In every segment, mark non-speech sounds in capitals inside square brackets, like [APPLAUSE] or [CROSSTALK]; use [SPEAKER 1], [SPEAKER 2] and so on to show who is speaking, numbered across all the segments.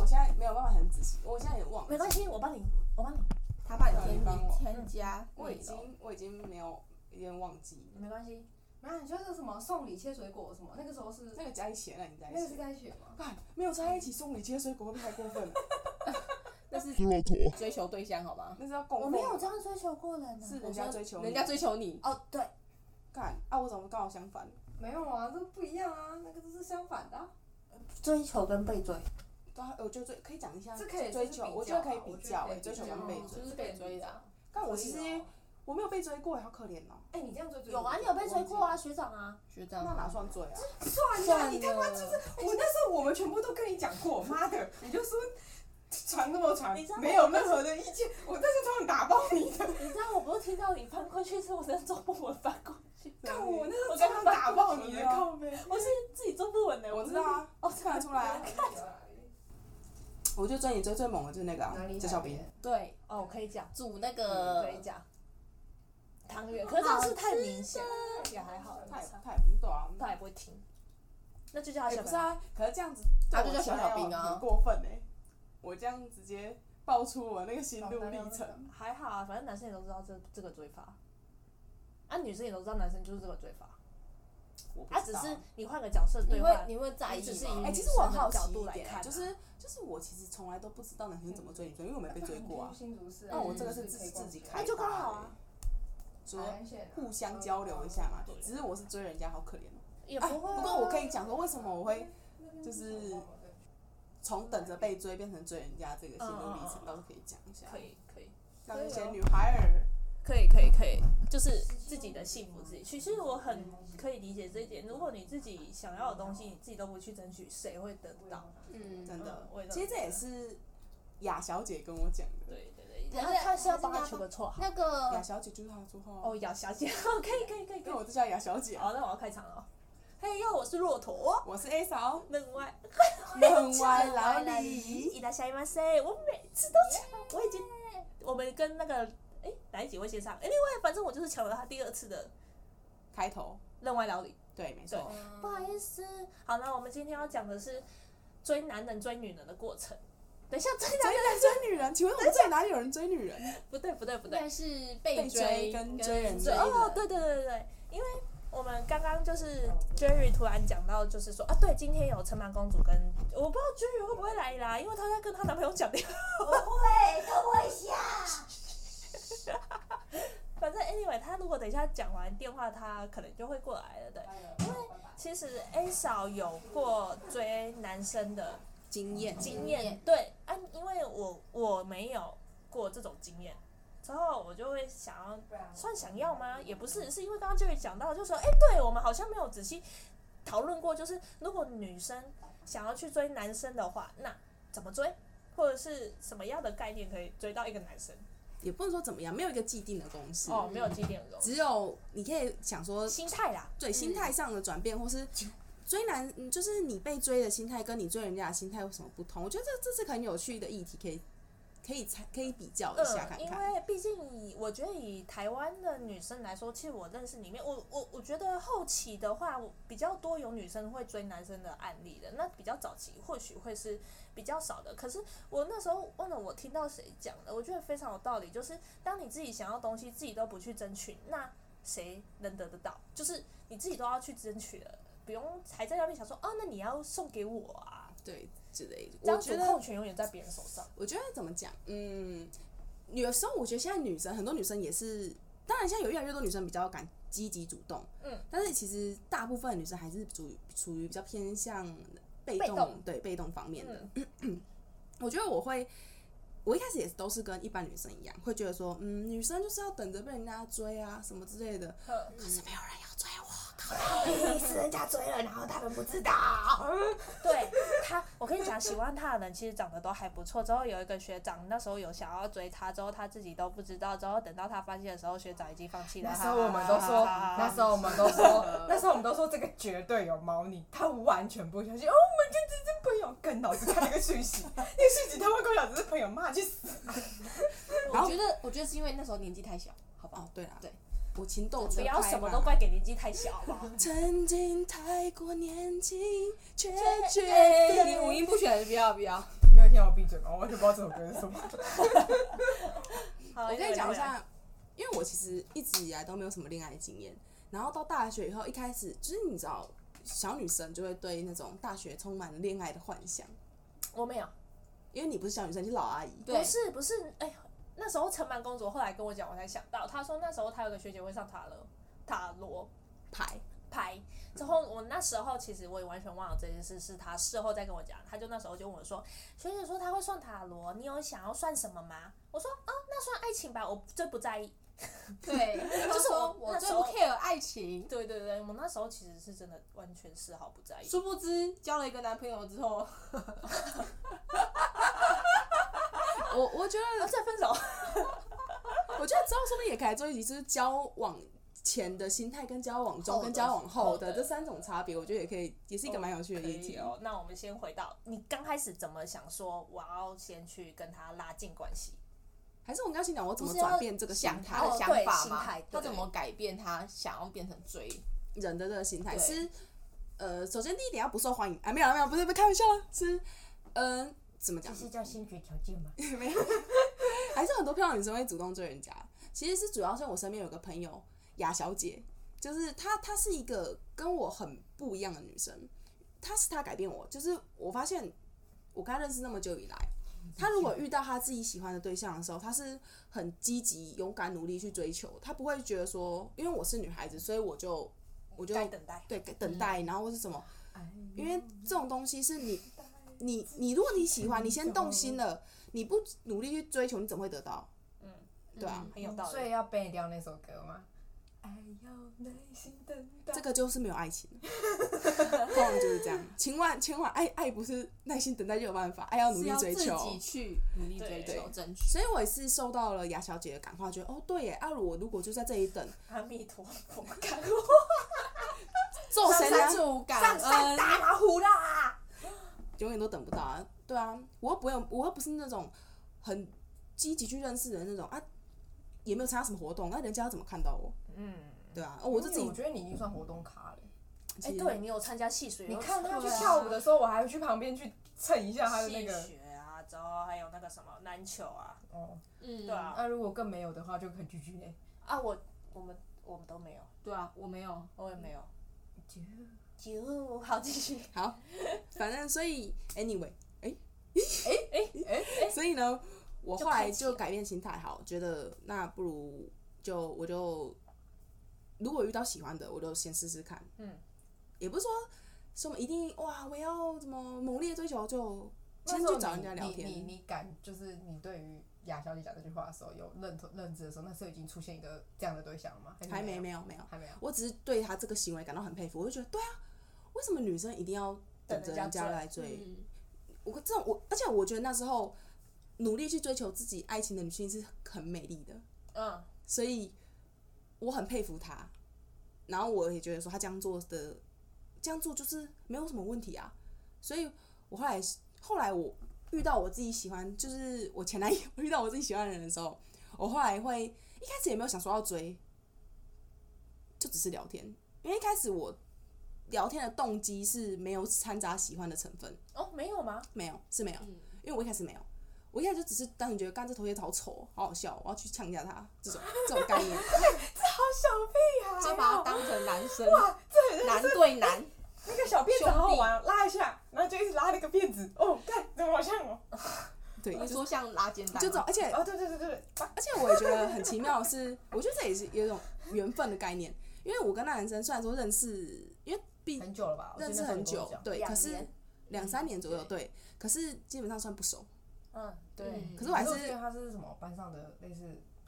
[SPEAKER 1] 有办法很仔细，我现在也忘了。
[SPEAKER 2] 没关系，我帮你，我帮你，
[SPEAKER 1] 他把你
[SPEAKER 3] 你
[SPEAKER 1] 添帮我，
[SPEAKER 3] 添加，
[SPEAKER 1] 我已经我已经没有有点忘记了，
[SPEAKER 2] 没关系。
[SPEAKER 4] 然后你说那个什么送礼切水果什么，那个时候是
[SPEAKER 1] 那个加一起了，那你在一
[SPEAKER 4] 那个是
[SPEAKER 1] 起。
[SPEAKER 4] 在学吗？
[SPEAKER 1] 干，没有在一起送礼切水果会不会太过分？
[SPEAKER 3] 那是
[SPEAKER 5] 猪肉坨。
[SPEAKER 3] 追求对象好吗？
[SPEAKER 1] 那是要供
[SPEAKER 2] 我
[SPEAKER 1] 奉
[SPEAKER 2] 没
[SPEAKER 1] 的，
[SPEAKER 2] 有这样追求过人啊呢、
[SPEAKER 1] 哦是
[SPEAKER 3] 我
[SPEAKER 1] 人家
[SPEAKER 3] 说
[SPEAKER 1] 追求你
[SPEAKER 3] 人家追求你，
[SPEAKER 2] 哦，对，
[SPEAKER 1] 干啊！我怎么刚好相反？
[SPEAKER 4] 没有啊，这不一样啊，那个都是相反的啊、
[SPEAKER 2] 追求跟被追，
[SPEAKER 1] 对啊，我就追可以讲一下
[SPEAKER 4] 这可以
[SPEAKER 1] 追
[SPEAKER 4] 就是
[SPEAKER 1] 求，
[SPEAKER 4] 比
[SPEAKER 1] 我觉
[SPEAKER 4] 较
[SPEAKER 1] 得可以
[SPEAKER 4] 啊我
[SPEAKER 1] 比
[SPEAKER 4] 觉得
[SPEAKER 1] 较
[SPEAKER 4] 可以
[SPEAKER 1] 欸，追
[SPEAKER 4] 比
[SPEAKER 1] 求
[SPEAKER 4] 较
[SPEAKER 1] 跟被
[SPEAKER 4] 嗯
[SPEAKER 1] 追。
[SPEAKER 3] 就是被追的啊。
[SPEAKER 1] 但我
[SPEAKER 4] 可以
[SPEAKER 1] 其实
[SPEAKER 4] 哦
[SPEAKER 1] 我没有被追过，好可怜哦。
[SPEAKER 4] 哎、你这样追追
[SPEAKER 2] 有啊，你有被追过？啊，学长啊，
[SPEAKER 3] 学
[SPEAKER 1] 那
[SPEAKER 3] 长
[SPEAKER 1] 哪
[SPEAKER 3] 啊，
[SPEAKER 1] 算追啊？
[SPEAKER 4] 算了，你他妈就是
[SPEAKER 3] 是
[SPEAKER 4] 我那时候我们全部都跟你讲过，妈的，你就说传那么传
[SPEAKER 2] 你知道，
[SPEAKER 4] 没有任何的意见，我但是都想打爆你的，
[SPEAKER 2] 你知道我不是听到你翻过去，是我真的坐不稳翻过
[SPEAKER 1] [LAUGHS]
[SPEAKER 2] 去，
[SPEAKER 4] 看我那时候
[SPEAKER 2] 我刚
[SPEAKER 4] 超
[SPEAKER 2] 刚
[SPEAKER 4] 想打爆你的，
[SPEAKER 1] 打
[SPEAKER 4] 靠背。
[SPEAKER 2] 我是自己坐不稳的、
[SPEAKER 1] 我
[SPEAKER 2] 不
[SPEAKER 1] 知
[SPEAKER 2] 是
[SPEAKER 1] 道啊，哦，看得出来啊。我就追你追最猛的就是那个啊
[SPEAKER 4] 哪里？
[SPEAKER 1] 郑少斌，
[SPEAKER 3] 对
[SPEAKER 2] 哦，可以讲，
[SPEAKER 3] 煮那
[SPEAKER 1] 呃
[SPEAKER 3] 个
[SPEAKER 2] 讲汤圆，可是这样是太明显
[SPEAKER 1] 啊
[SPEAKER 2] 了，也还好，
[SPEAKER 1] 太太对啊。
[SPEAKER 2] 他也不会听，那就叫他
[SPEAKER 1] 哎
[SPEAKER 2] 小
[SPEAKER 1] 不是
[SPEAKER 2] 白。
[SPEAKER 1] 啊，可是这样子，
[SPEAKER 3] 他
[SPEAKER 1] 对我
[SPEAKER 3] 就叫
[SPEAKER 1] 起
[SPEAKER 3] 小
[SPEAKER 1] 来
[SPEAKER 3] 小
[SPEAKER 1] 要
[SPEAKER 3] 兵啊
[SPEAKER 1] 很过分哎！我这样直接爆出我那个心路历程。
[SPEAKER 2] 还好啊，反正男生也都知道这这个追法，啊，女生也都知道男生就是这个追法，
[SPEAKER 1] 我不
[SPEAKER 2] 啊，
[SPEAKER 1] 知
[SPEAKER 2] 只
[SPEAKER 1] 道
[SPEAKER 2] 是你换个角色
[SPEAKER 3] 你
[SPEAKER 2] 对
[SPEAKER 3] 会
[SPEAKER 2] 换，
[SPEAKER 3] 你会在意
[SPEAKER 2] 只是
[SPEAKER 3] 吗
[SPEAKER 2] 以
[SPEAKER 1] 哎、其实
[SPEAKER 2] 女
[SPEAKER 1] 我
[SPEAKER 2] 生
[SPEAKER 1] 很好
[SPEAKER 2] 的角
[SPEAKER 1] 奇
[SPEAKER 2] 度
[SPEAKER 1] 一
[SPEAKER 2] 来
[SPEAKER 1] 点
[SPEAKER 2] 看啊，
[SPEAKER 1] 就是就是我其实从来都不知道男生怎么追女生，因为我没被追过啊。
[SPEAKER 4] 新竹市啊
[SPEAKER 1] 那我这个是
[SPEAKER 4] 就是
[SPEAKER 1] 自
[SPEAKER 4] 可以
[SPEAKER 1] 己自己
[SPEAKER 4] 逛
[SPEAKER 1] 开发
[SPEAKER 2] 那
[SPEAKER 1] 的，
[SPEAKER 2] 就刚好啊
[SPEAKER 1] 就是
[SPEAKER 4] 海岸线啊
[SPEAKER 1] 互相交流一下嘛
[SPEAKER 2] 对。
[SPEAKER 1] 只是我是追人家，好可怜哦。
[SPEAKER 2] 哎也不会、啊
[SPEAKER 1] 不过我可以讲说，为什么我会就是从等着被追变成追人家这个心路历
[SPEAKER 2] 嗯嗯
[SPEAKER 1] 程，
[SPEAKER 2] 嗯
[SPEAKER 1] 倒是可以讲一下。
[SPEAKER 2] 可以可以
[SPEAKER 1] 让一
[SPEAKER 4] 可以
[SPEAKER 1] 些
[SPEAKER 4] 哦
[SPEAKER 1] 女孩儿，
[SPEAKER 2] 可以可以可以，就是自己的幸福自己。其实我很可以理解这一点，如果你自己想要的东西，你自己都不去争取，谁会得到？
[SPEAKER 3] 嗯，
[SPEAKER 1] 真的
[SPEAKER 2] 嗯我也，
[SPEAKER 1] 其实这也是雅小姐跟我讲的。哦
[SPEAKER 2] 对对对，
[SPEAKER 3] 可是
[SPEAKER 2] 然后他是要
[SPEAKER 3] 可是
[SPEAKER 2] 帮
[SPEAKER 3] 你
[SPEAKER 2] 他
[SPEAKER 3] 要
[SPEAKER 2] 取个绰号
[SPEAKER 3] 那
[SPEAKER 1] 雅
[SPEAKER 3] 个
[SPEAKER 1] 小姐就是她的绰号啊，
[SPEAKER 2] 哦，姚小姐， [LAUGHS] 哦，可以可以可以可
[SPEAKER 1] 因为
[SPEAKER 2] 以。
[SPEAKER 1] 我就叫雅小姐啊。
[SPEAKER 2] 好，那我要开场了哦。嘿哟，我是骆驼，
[SPEAKER 1] 我是 A 嫂，
[SPEAKER 2] 另外
[SPEAKER 1] 门外来里。
[SPEAKER 2] 伊达下一马塞，我每次都抢，我已经，我们跟那个哎、哪一集会先上？Anyway，反正我就是抢了他第二次的
[SPEAKER 1] 开头，
[SPEAKER 2] 任外老李。
[SPEAKER 1] 对，没错。
[SPEAKER 2] 不好意思，好，那我们今天要讲的是追男人追女人的过程。等一下，追
[SPEAKER 1] 追
[SPEAKER 2] 男人
[SPEAKER 1] 男追女人，请问我们这里哪里有人追女人？
[SPEAKER 2] 不对不对不对，
[SPEAKER 3] 但是
[SPEAKER 1] 被
[SPEAKER 3] 被
[SPEAKER 1] 追跟
[SPEAKER 3] 跟
[SPEAKER 1] 追人
[SPEAKER 3] 追
[SPEAKER 1] 追
[SPEAKER 3] 的
[SPEAKER 2] 哦，对对对对对，因为我们刚刚就是 Jerry 突然讲到，就是说啊，对，今天有城满公主跟我不知道 Jerry 会不会来啦，因为她在跟她男朋友讲电话。 [LAUGHS] 不会，等我一下。反正 anyway，她如果等一下讲完电话，她可能就会过来了。对，因为其实 A 嫂有过追男生的
[SPEAKER 1] 经验
[SPEAKER 2] 经
[SPEAKER 3] 经
[SPEAKER 2] 验
[SPEAKER 3] 验，
[SPEAKER 2] 对啊，因为我我没有过这种经验，之后我就会想要，算想要吗？也不是，是因为刚刚就有讲到，就说，哎、对我们好像没有仔细讨论过，就是如果女生想要去追男生的话，那怎么追，或者是什么样的概念可以追到一个男生？
[SPEAKER 1] 也不能说怎么样，没有一个既定的公式。
[SPEAKER 2] 哦，没有几点钟，
[SPEAKER 1] 只有你可以想说，
[SPEAKER 2] 心态啦，
[SPEAKER 1] 对心态上的转变，或是追男，嗯就是你被追的心态跟你追人家的心态有什么不同？我觉得这这是很有趣的议题，可以可以参可以比较一下看
[SPEAKER 2] 嗯因
[SPEAKER 1] 看。
[SPEAKER 2] 为毕竟以我觉得以台湾的女生来说，其实我认识里面，我我我觉得后期的话，我比较多有女生会追男生的案例的，那比较早期或许会是比较少的。可是我那时候忘了我听到谁讲的，我觉得非常有道理，就是当你自己想要东西自己都不去争取，那谁能得得到？就是你自己都要去争取了，不用还在那边想说哦，那你要送给我啊，
[SPEAKER 1] 对，之类的。
[SPEAKER 2] 这
[SPEAKER 1] 我
[SPEAKER 2] 样
[SPEAKER 1] 觉
[SPEAKER 2] 主
[SPEAKER 1] 得
[SPEAKER 2] 控权永远在别人手上。
[SPEAKER 1] 我觉得怎么讲，嗯，有时候我觉得现在女生很多女生也是，当然现在有越来越多女生比较敢积极主动，
[SPEAKER 2] 嗯，
[SPEAKER 1] 但是其实大部分女生还是处于处于比较偏向被
[SPEAKER 2] 被
[SPEAKER 1] 动，
[SPEAKER 2] 动
[SPEAKER 1] 对被动方面的。
[SPEAKER 2] 嗯
[SPEAKER 1] 我觉得我会，我一开始也都是跟一般女生一样，会觉得说，嗯，女生就是要等着被人家追啊什么之类的，
[SPEAKER 2] 呵
[SPEAKER 1] 可是没有人要追我。
[SPEAKER 3] 是人家追了，然后他们不知道。
[SPEAKER 2] 对他，我跟你讲，喜欢他的人其实长得都还不错。之后有一个学长，那时候有想要追他，之后他自己都不知道，之后等到他发现的时候，学长已经放弃了。
[SPEAKER 4] 那时
[SPEAKER 2] 哈
[SPEAKER 4] 候
[SPEAKER 2] 哈
[SPEAKER 4] 我们都说，
[SPEAKER 2] 哈哈
[SPEAKER 4] 那时候我们都 [LAUGHS] 说，那时候我们都说这个绝对有猫腻，他完全不相信。哦，我们就只是朋友，跟老子看那个讯息， [LAUGHS] 那个讯息他妈跟我讲只是朋友，骂去死。
[SPEAKER 1] 然
[SPEAKER 3] 我
[SPEAKER 1] 后
[SPEAKER 3] 觉得我觉得是因为那时候年纪太小，好吧
[SPEAKER 1] 哦，，对啦，
[SPEAKER 3] 对，
[SPEAKER 1] 我情窦
[SPEAKER 2] 不
[SPEAKER 1] 初
[SPEAKER 2] 要
[SPEAKER 1] 开
[SPEAKER 2] 什么
[SPEAKER 1] 嘛
[SPEAKER 2] 都怪给 [LAUGHS] 年纪太小，好不 [LAUGHS] 好？
[SPEAKER 1] 曾经太过年轻，却
[SPEAKER 2] 却
[SPEAKER 1] 决
[SPEAKER 3] 哎，
[SPEAKER 1] 定
[SPEAKER 3] 连五音不全的不要不要，
[SPEAKER 4] 没有听到我闭嘴吗？我完全不知道这首歌是什么。 [LAUGHS]
[SPEAKER 2] 好，
[SPEAKER 1] 我跟你讲一
[SPEAKER 2] 来，
[SPEAKER 1] 下，因为我其实一直以来都没有什么恋爱经验，然后到大学以后，一开始就是你知道，小女生就会对那种大学充满恋爱的幻想，
[SPEAKER 2] 我没有，
[SPEAKER 1] 因为你不是小女生，你是老阿姨。
[SPEAKER 3] 对
[SPEAKER 2] 不是不是，哎、那时候陈曼公主后来跟我讲，我才想到，她说那时候她有个学姐会上塔罗塔罗
[SPEAKER 1] [LAUGHS] 牌，
[SPEAKER 2] 牌，之后我那时候其实我也完全忘了这件事，是她事后再跟我讲，她就那时候就问我说，学姐说她会算塔罗，你有想要算什么吗？我说啊，那算爱情吧，我最不在意。
[SPEAKER 3] 对，
[SPEAKER 2] 就
[SPEAKER 3] [LAUGHS] 就是是
[SPEAKER 2] 我
[SPEAKER 3] 我我
[SPEAKER 2] 那
[SPEAKER 3] 最
[SPEAKER 2] 时
[SPEAKER 3] 不
[SPEAKER 2] 候
[SPEAKER 3] care 爱情。
[SPEAKER 2] 对对对，我那时候其实是真的完全丝毫不在意。
[SPEAKER 3] 殊不知交了一个男朋友之后，
[SPEAKER 1] 我我觉得
[SPEAKER 2] 那再分手，
[SPEAKER 1] [LAUGHS] 我觉得之后说不定也可以来做一集，就是交往前的心态跟交往中
[SPEAKER 3] 后的
[SPEAKER 1] 跟交往后
[SPEAKER 2] 后
[SPEAKER 1] 的
[SPEAKER 2] 的
[SPEAKER 1] 这三种差别，我觉得也可以，也是一个蛮有趣的
[SPEAKER 2] 可
[SPEAKER 1] 议
[SPEAKER 2] 以
[SPEAKER 1] 题。
[SPEAKER 2] 哦。那我们先回到你刚开始怎么想说，我要先去跟他拉近关系？
[SPEAKER 1] 还是我们刚先讲我怎么
[SPEAKER 3] 不是要
[SPEAKER 1] 转变这个心
[SPEAKER 3] 想
[SPEAKER 1] 态
[SPEAKER 3] 他，的
[SPEAKER 2] 哦
[SPEAKER 3] 想
[SPEAKER 2] 对
[SPEAKER 3] 法
[SPEAKER 2] 心
[SPEAKER 3] 嘛
[SPEAKER 2] 态，
[SPEAKER 3] 他
[SPEAKER 2] 对
[SPEAKER 3] 怎么改变他想要变成追？
[SPEAKER 1] 人的这个心态
[SPEAKER 3] 对
[SPEAKER 1] 是，呃，首先第一点要不受欢迎啊，没有啦没有，不是不是开玩笑啦，是，嗯、怎么讲
[SPEAKER 4] 这？是叫先决条件吗？
[SPEAKER 1] 还是很多漂亮女生会主动追人家。其实是主要是我身边有个朋友雅小姐，就是她，她是一个跟我很不一样的女生。她是她改变我，就是我发现我跟她认识那么久以来，她如果遇到她自己喜欢的对象的时候，她是很积极、勇敢、努力去追求，她不会觉得说，因为我是女孩子，所以我就我就
[SPEAKER 2] 该等待。
[SPEAKER 1] 对等待，
[SPEAKER 3] 嗯
[SPEAKER 1] 然后或是什么，
[SPEAKER 3] 哎
[SPEAKER 1] 因为这种东西是你你你，如果你喜欢，你先动心了，你不努力去追求，你怎么会得到？
[SPEAKER 2] 嗯，
[SPEAKER 1] 对啊，
[SPEAKER 2] 很有道
[SPEAKER 4] 嗯所以
[SPEAKER 2] 理。
[SPEAKER 4] 要背掉那首歌吗？爱要耐心等待。
[SPEAKER 3] 啊
[SPEAKER 1] 这个就是没有爱情，通常就是这样。千万千万，爱爱不是耐心等待就有办法，爱要努
[SPEAKER 3] 是
[SPEAKER 1] 力
[SPEAKER 3] 要
[SPEAKER 1] 追
[SPEAKER 3] 自
[SPEAKER 1] 求。
[SPEAKER 3] 己去努力追
[SPEAKER 2] 对
[SPEAKER 3] 求争取。
[SPEAKER 1] 所以我也是受到了雅小姐的感化，觉得哦对耶，啊我如果就在这里等，
[SPEAKER 2] 阿弥陀
[SPEAKER 4] [LAUGHS]
[SPEAKER 2] 佛，感
[SPEAKER 1] 做谁
[SPEAKER 3] 三
[SPEAKER 1] 呢？
[SPEAKER 3] 处感
[SPEAKER 4] 上山
[SPEAKER 3] 恩，
[SPEAKER 4] 打老虎啦！
[SPEAKER 1] 永远都等不到啊。对啊，我又不用，我又不是那种很积极去认识的那种啊，也没有参加什么活动，那人家要怎么看到我？
[SPEAKER 4] 嗯，
[SPEAKER 1] 对啊，哦我就自己
[SPEAKER 4] 我觉得你已经算活动咖了。
[SPEAKER 2] 哎，对你有参加戏水，
[SPEAKER 4] 你看他去
[SPEAKER 3] 对啊
[SPEAKER 4] 跳舞的时候，我还会去旁边去蹭一下他的那
[SPEAKER 2] 戏
[SPEAKER 4] 个。
[SPEAKER 2] 学啊，之后还有那个什么篮球啊，
[SPEAKER 4] 哦，
[SPEAKER 3] 嗯
[SPEAKER 2] 对啊，
[SPEAKER 4] 那如果更没有的话，就很 GG 嘞。
[SPEAKER 2] 啊我我们我们都没有，
[SPEAKER 3] 对啊，我没有，
[SPEAKER 2] 我也没有。
[SPEAKER 4] 就
[SPEAKER 2] 就好继续，
[SPEAKER 1] 好，反正所以 anyway，哎、
[SPEAKER 2] 哎哎哎，
[SPEAKER 1] 所以呢，我
[SPEAKER 2] 就
[SPEAKER 1] 后来
[SPEAKER 2] 开启
[SPEAKER 1] 就
[SPEAKER 2] 了
[SPEAKER 1] 改变心态，好，觉得那不如就我就如果遇到喜欢的，我就先试试看。
[SPEAKER 2] 嗯，
[SPEAKER 1] 也不是说什么一定哇，我要怎么猛烈追求，就先
[SPEAKER 4] 那时候
[SPEAKER 1] 去
[SPEAKER 4] 你
[SPEAKER 1] 找人家聊
[SPEAKER 4] 你你
[SPEAKER 1] 天。
[SPEAKER 4] 你敢就是你对于雅小姐讲这句话的时候有认同认知的时候，那时候已经出现一个这样的对象了吗？还
[SPEAKER 1] 还
[SPEAKER 4] 没
[SPEAKER 1] 没
[SPEAKER 4] 有
[SPEAKER 1] 没有没有，
[SPEAKER 4] 还没有。
[SPEAKER 1] 我只是对他这个行为感到很佩服，我就觉得对啊，为什么女生一定要等着
[SPEAKER 2] 等人家
[SPEAKER 1] 人家
[SPEAKER 2] 追
[SPEAKER 1] 来追？
[SPEAKER 3] 嗯
[SPEAKER 1] 我这种我，而且我觉得那时候努力去追求自己爱情的女性是很美丽的，
[SPEAKER 2] 嗯，
[SPEAKER 1] 所以我很佩服她。然后我也觉得说她这样做的，这样做就是没有什么问题啊。所以我后来后来我遇到我自己喜欢，就是我前男友遇到我自己喜欢的人的时候，我后来会一开始也没有想说要追，就只是聊天，因为一开始我聊天的动机是没有掺杂喜欢的成分。
[SPEAKER 2] 哦没有吗？
[SPEAKER 1] 没有，是没有，
[SPEAKER 3] 嗯
[SPEAKER 1] 因为我一开始没有，我一开始就只是单纯觉得干这头贴好丑，好好笑，我要去呛一下他，这种这种概念。
[SPEAKER 4] 好小屁孩、哦
[SPEAKER 3] 他把他当成男生，
[SPEAKER 4] 哇，这很
[SPEAKER 3] 男对男，
[SPEAKER 4] 那个小辫子好好玩哦，拉一下，然后就一直拉那个辫子。哦，看怎么好像哦。
[SPEAKER 1] 对，
[SPEAKER 3] 你
[SPEAKER 1] 就
[SPEAKER 3] 说像拉肩带
[SPEAKER 1] 呃
[SPEAKER 3] 吗，
[SPEAKER 1] 就这种，而且
[SPEAKER 4] 哦，对对对对对，啊
[SPEAKER 1] 而且我也觉得很奇妙的是，我觉得这也是有一种缘分的概念，因为我跟那男生虽然说认识，因为毕
[SPEAKER 4] 很久了吧？我记得
[SPEAKER 1] 认识
[SPEAKER 4] 那时候
[SPEAKER 1] 很
[SPEAKER 4] 你跟我
[SPEAKER 1] 久
[SPEAKER 4] 讲，
[SPEAKER 1] 对，
[SPEAKER 2] 两
[SPEAKER 1] 可是
[SPEAKER 2] 年
[SPEAKER 1] 两三年左右，对，可是基本上算不熟，
[SPEAKER 2] 嗯，对，
[SPEAKER 3] 嗯
[SPEAKER 1] 可是我还
[SPEAKER 4] 可
[SPEAKER 1] 是
[SPEAKER 4] 我记得他是什么班上的类似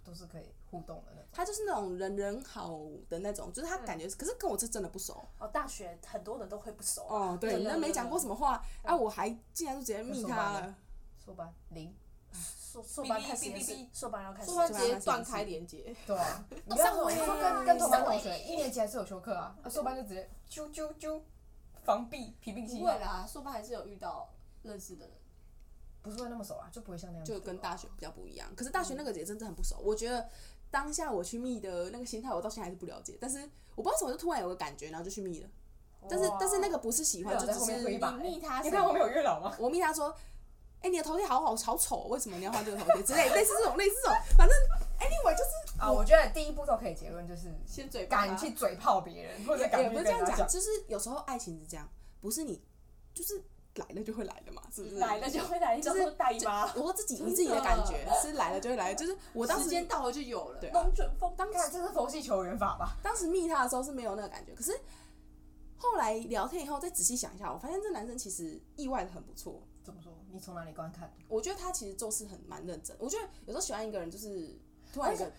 [SPEAKER 4] 都是可以互动的那种。
[SPEAKER 1] 他就是那种人人好的那种，就是他感觉，可是跟我是真的不熟，
[SPEAKER 2] 哦大学很多人都会不熟啊，
[SPEAKER 1] 哦，对，
[SPEAKER 3] 真的
[SPEAKER 1] 那没讲过什么话啊，我还竟然就直接密
[SPEAKER 4] 熟
[SPEAKER 1] 他
[SPEAKER 4] 吧
[SPEAKER 1] 了。
[SPEAKER 4] 说吧，零。
[SPEAKER 2] 硕硕班开始也
[SPEAKER 4] 哔哔哔
[SPEAKER 2] 是，硕班要开始
[SPEAKER 3] 说
[SPEAKER 2] 也
[SPEAKER 3] 话
[SPEAKER 2] 是，
[SPEAKER 3] 直接断开连接，
[SPEAKER 4] 对啊，你不要说，我说跟跟同班同学，一年级还是有修课啊，啊，硕班就直接啾啾啾，防避皮病
[SPEAKER 3] 不
[SPEAKER 4] 系，
[SPEAKER 3] 会啦，说不定还是有遇到认识的人，
[SPEAKER 4] 不是会那么熟啊，就不会像那样。
[SPEAKER 1] 就跟大学比较不一样。可是大学那个也真的很不熟，我觉得当下我去密的那个心态，我到现在还是不了解。但是我不知道怎么就突然有个感觉，然后就去密了。但是
[SPEAKER 2] 哇
[SPEAKER 1] 但是那个不是喜欢，
[SPEAKER 4] 对啊
[SPEAKER 1] 就
[SPEAKER 4] 在
[SPEAKER 1] 只
[SPEAKER 4] 后面
[SPEAKER 1] 是
[SPEAKER 4] 推吧
[SPEAKER 3] 你密他
[SPEAKER 4] 你
[SPEAKER 3] 什
[SPEAKER 4] 看后
[SPEAKER 3] 么？
[SPEAKER 4] 面有月老吗？
[SPEAKER 1] 我密他说，哎、你的头贴好好好丑，哦为什么你要换这个头贴之类，类似这种，类似这种，反正 anyway 就是
[SPEAKER 4] 啊，我觉得第一步骤可以结论就是
[SPEAKER 3] 先嘴巴
[SPEAKER 4] 敢去嘴炮别人，或
[SPEAKER 1] 也
[SPEAKER 4] 者
[SPEAKER 1] 也
[SPEAKER 4] 敢
[SPEAKER 1] 不
[SPEAKER 4] 去
[SPEAKER 1] 是
[SPEAKER 4] 跟
[SPEAKER 1] 这样
[SPEAKER 4] 人家
[SPEAKER 1] 讲，
[SPEAKER 4] 讲。
[SPEAKER 1] 就是有时候爱情是这样，不是你就是来了就会来的嘛，是不是？
[SPEAKER 2] 来了就会来，
[SPEAKER 1] 就
[SPEAKER 2] 就是是大姨妈，
[SPEAKER 1] 我说自己你自己的感觉是来了就会来，就是我当
[SPEAKER 3] 时
[SPEAKER 1] 时
[SPEAKER 3] 间到了就有了
[SPEAKER 1] 对。
[SPEAKER 2] 龙卷风。
[SPEAKER 1] 当
[SPEAKER 4] 看，
[SPEAKER 1] 时
[SPEAKER 4] 这是佛系球员法吧？
[SPEAKER 1] 当时密他的时候是没有那个感觉，可是后来聊天以后再仔细想一下，我发现这男生其实意外的很不错，
[SPEAKER 4] 怎么说？你从哪里观看？
[SPEAKER 1] 我觉得他其实做事很蛮认真。我觉得有时候喜欢一个人就是突然一个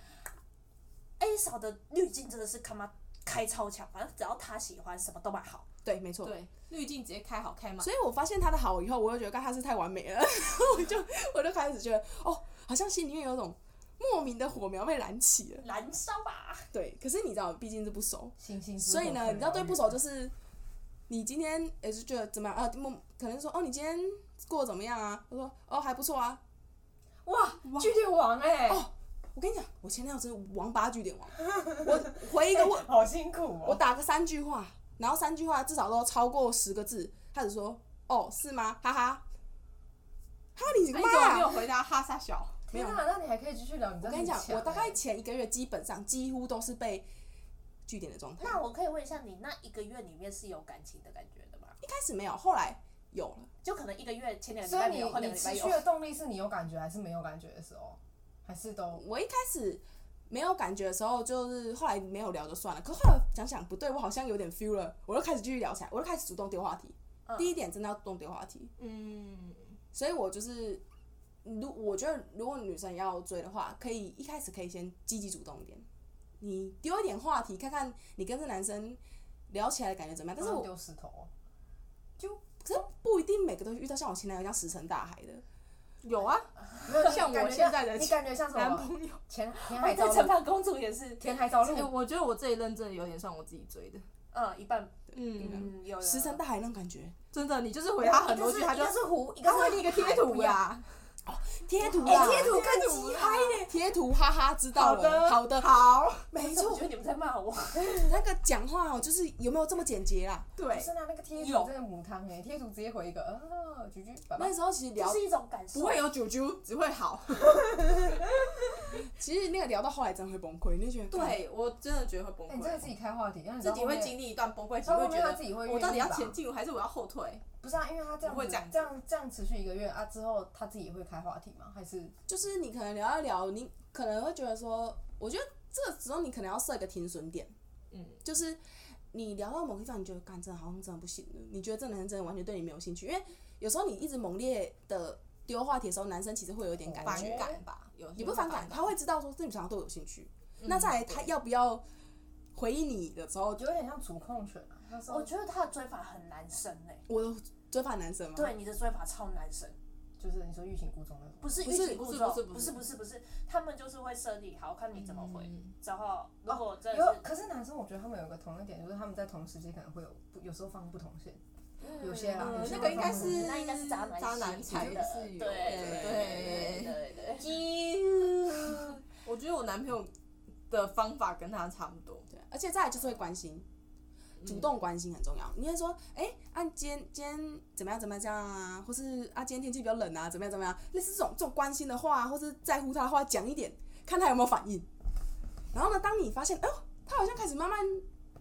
[SPEAKER 2] A 嫂哎的滤镜真的是他妈开超强，反正只要她喜欢，什么都买好。
[SPEAKER 1] 对，没错。
[SPEAKER 3] 对，滤镜直接开好开满。
[SPEAKER 1] 所以我发现他的好以后，我就觉得干他是太完美了， [LAUGHS] 我就我就开始觉得哦，好像心里面有种莫名的火苗被燃起了。
[SPEAKER 2] 燃烧吧！
[SPEAKER 1] 对，可是你知道，毕竟是不熟，
[SPEAKER 4] 星星之火
[SPEAKER 1] 所以呢，
[SPEAKER 4] 可
[SPEAKER 1] 你知道
[SPEAKER 4] 燎
[SPEAKER 1] 对
[SPEAKER 4] 原
[SPEAKER 1] 不熟就是，你今天也是觉得怎么样啊？莫可能说哦，你今天过得怎么样啊？我说哦还不错啊。
[SPEAKER 4] 哇，巨蟹王哎，
[SPEAKER 1] 哦我跟你讲，我前男友真是王八据点王，我回一个问，
[SPEAKER 4] 好辛苦
[SPEAKER 1] 我
[SPEAKER 4] 哦。
[SPEAKER 1] 打个三句话，然后三句话至少都超过十个字，他只说哦是吗？哈哈，哈你
[SPEAKER 3] 那
[SPEAKER 1] 妈
[SPEAKER 3] 你怎么
[SPEAKER 1] 啊！
[SPEAKER 3] 没有回答哈萨小？
[SPEAKER 1] 没有
[SPEAKER 4] 天哪，啊那你还可以继续聊？你
[SPEAKER 1] 我
[SPEAKER 4] 真的
[SPEAKER 1] 跟你讲
[SPEAKER 4] 很，强
[SPEAKER 1] 我大概
[SPEAKER 4] 哎
[SPEAKER 1] 前一个月基本上几乎都是被据点的状态。
[SPEAKER 2] 那我可以问一下你，那一个月里面是有感情的感觉的吗？
[SPEAKER 1] 一开始没有，后来有了。
[SPEAKER 2] 就可能一个月前两个礼
[SPEAKER 4] 所
[SPEAKER 2] 拜
[SPEAKER 4] 以
[SPEAKER 2] 没有，后
[SPEAKER 4] 你
[SPEAKER 2] 两个
[SPEAKER 4] 你
[SPEAKER 2] 礼拜
[SPEAKER 4] 持续
[SPEAKER 2] 有。
[SPEAKER 4] 的动力是你有感觉还是没有感觉的时候，还是都
[SPEAKER 1] 我一开始没有感觉的时候，就是后来没有聊就算了。可后来想想不对，我好像有点 feel 了，我就开始继续聊起来，我就开始主动丢话题。
[SPEAKER 2] 嗯
[SPEAKER 1] 第一点真的要主动丢话题，
[SPEAKER 3] 嗯，
[SPEAKER 1] 所以我就是，如我觉得如果女生要追的话，可以一开始可以先积极主动一点，你丢一点话题，看看你跟这男生聊起来的感觉怎么样。但是我
[SPEAKER 4] 丢石头哦？
[SPEAKER 1] 可是不一定每个都遇到像我前男友一样石沉大海的，
[SPEAKER 3] 有啊，
[SPEAKER 4] 没有，
[SPEAKER 3] 像
[SPEAKER 4] 你感
[SPEAKER 3] 我
[SPEAKER 4] 觉
[SPEAKER 3] 现在的
[SPEAKER 4] 你感觉像
[SPEAKER 3] [LAUGHS]
[SPEAKER 4] 什
[SPEAKER 3] 男
[SPEAKER 4] 么？
[SPEAKER 3] 朋友。
[SPEAKER 4] 前填海
[SPEAKER 2] 哎，
[SPEAKER 4] 造
[SPEAKER 2] 对，惩
[SPEAKER 4] 陆，
[SPEAKER 2] 罚公主也是，
[SPEAKER 4] 填海造
[SPEAKER 3] [LAUGHS] 哎，
[SPEAKER 4] 陆，
[SPEAKER 3] 我觉得我这一任真的有点像我自己追的。
[SPEAKER 2] 嗯，一半，
[SPEAKER 3] 嗯，
[SPEAKER 2] 嗯，有有有
[SPEAKER 1] 石沉大海那种感觉。
[SPEAKER 3] 真的，你就是回他很多句，他
[SPEAKER 4] 一
[SPEAKER 3] 就
[SPEAKER 4] 哎个是湖，一个
[SPEAKER 3] 他会
[SPEAKER 4] 是
[SPEAKER 3] 立个贴图呀，
[SPEAKER 1] 贴图
[SPEAKER 4] 哎
[SPEAKER 1] 啊，
[SPEAKER 4] 贴图更鸡拍呢。
[SPEAKER 1] 贴图，哈哈，知道了，好的，
[SPEAKER 3] 啊好，
[SPEAKER 1] 没
[SPEAKER 2] 我
[SPEAKER 1] 错
[SPEAKER 2] 觉，得你们在骂我。
[SPEAKER 1] 那个讲话哦，就是有没有这么简洁啦？
[SPEAKER 4] 不
[SPEAKER 3] 对，
[SPEAKER 4] 是拿啊那个贴图
[SPEAKER 2] 有
[SPEAKER 4] 真的母汤哎，贴图直接回一个啊，菊菊，拜拜
[SPEAKER 1] 那。时候其实
[SPEAKER 2] 就
[SPEAKER 1] 聊，
[SPEAKER 2] 是一种感受，
[SPEAKER 3] 不会有九九，只会好。
[SPEAKER 1] 其实那个聊到后来真的会崩溃，你就觉得，
[SPEAKER 3] [LAUGHS] 对我真的觉得会崩
[SPEAKER 4] 哎，你真的
[SPEAKER 3] 溃，
[SPEAKER 4] 自己开话题，让你知
[SPEAKER 3] 自
[SPEAKER 4] 道
[SPEAKER 3] 己
[SPEAKER 4] 后
[SPEAKER 3] 会
[SPEAKER 4] 面
[SPEAKER 3] 经历一段崩溃期，
[SPEAKER 4] 到后
[SPEAKER 3] 会
[SPEAKER 4] 面他
[SPEAKER 3] 觉
[SPEAKER 4] 自
[SPEAKER 3] 得
[SPEAKER 4] 己会
[SPEAKER 3] 我到底
[SPEAKER 4] 愿
[SPEAKER 3] 要
[SPEAKER 4] 意吧
[SPEAKER 3] 前进，还是我要后退？
[SPEAKER 4] 不是啊，因为他这样
[SPEAKER 3] 不会
[SPEAKER 4] 子
[SPEAKER 3] 这样子
[SPEAKER 4] 这样这样持续一个月啊之后，他自己会开话题吗？还是
[SPEAKER 1] 就是你可能聊一聊，你可能会觉得说，我觉得这个时候你可能要设一个停损点，
[SPEAKER 3] 嗯，
[SPEAKER 1] 就是你聊到某个地方，你觉得干，真的好像真的不行了，你觉得这男生真的完全对你没有兴趣，因为有时候你一直猛烈的丢话题的时候，男生其实会有一点感
[SPEAKER 4] 反
[SPEAKER 1] 觉，
[SPEAKER 3] 感吧，有
[SPEAKER 1] 也不反感，他会知道说这女生好像对我有兴趣，
[SPEAKER 3] 嗯
[SPEAKER 1] 那再来他
[SPEAKER 3] 对
[SPEAKER 1] 要不要回应你的时候，
[SPEAKER 4] 有点像主控权啊？那时候
[SPEAKER 2] 我觉得他的追法很难生哎、
[SPEAKER 1] 我的追法男生嘛，
[SPEAKER 2] 对，你的追法超难生，
[SPEAKER 4] 就是你说欲擒故纵那种，
[SPEAKER 2] 不是
[SPEAKER 1] 不
[SPEAKER 2] 欲
[SPEAKER 1] 是
[SPEAKER 2] 擒故
[SPEAKER 3] 不是
[SPEAKER 2] 纵，
[SPEAKER 3] 不是
[SPEAKER 2] 不
[SPEAKER 3] 不
[SPEAKER 2] 是
[SPEAKER 3] 是
[SPEAKER 2] 不是不是，他们就是会设立好看你怎么回，
[SPEAKER 3] 嗯
[SPEAKER 2] 然后如果真的
[SPEAKER 4] 有，
[SPEAKER 2] 是，
[SPEAKER 4] 可是男生我觉得他们有个同一点，就是他们在同时间可能会有不有时候放不同线，
[SPEAKER 2] 嗯
[SPEAKER 4] 有些啊有
[SPEAKER 3] 呃
[SPEAKER 4] 些
[SPEAKER 3] 那个应该是
[SPEAKER 2] 那应该是渣男
[SPEAKER 3] 渣男
[SPEAKER 2] 型
[SPEAKER 3] 才
[SPEAKER 2] 的
[SPEAKER 3] 是
[SPEAKER 2] 对
[SPEAKER 3] 有
[SPEAKER 2] 对
[SPEAKER 3] 对
[SPEAKER 2] 对对
[SPEAKER 3] 啾我觉得我男朋友的方法跟他差不多，
[SPEAKER 1] 对，而且再来就是会关心，
[SPEAKER 3] 嗯
[SPEAKER 1] 主动关心很重要。你会说，哎、啊，今天今天怎么样怎么样这样啊，或是啊，今天天气比较冷啊，怎么样怎么样，类似这种这种关心的话，或是在乎他的话讲一点，看他有没有反应。然后呢，当你发现，哎呦，他好像开始慢慢，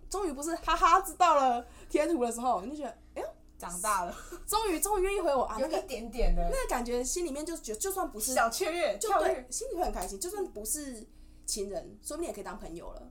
[SPEAKER 1] 终于不是哈哈知道了贴图的时候，你就觉得，哎呦，
[SPEAKER 3] 长大了，
[SPEAKER 1] 终于终于愿意回我啊，那
[SPEAKER 4] 有
[SPEAKER 1] 个
[SPEAKER 4] 一点点的
[SPEAKER 1] 那个感觉，心里面就觉就算不是
[SPEAKER 3] 小雀跃，
[SPEAKER 1] 就
[SPEAKER 3] 跳跃
[SPEAKER 1] 对，心里会很开心，就算不是情人，说不定也可以当朋友了。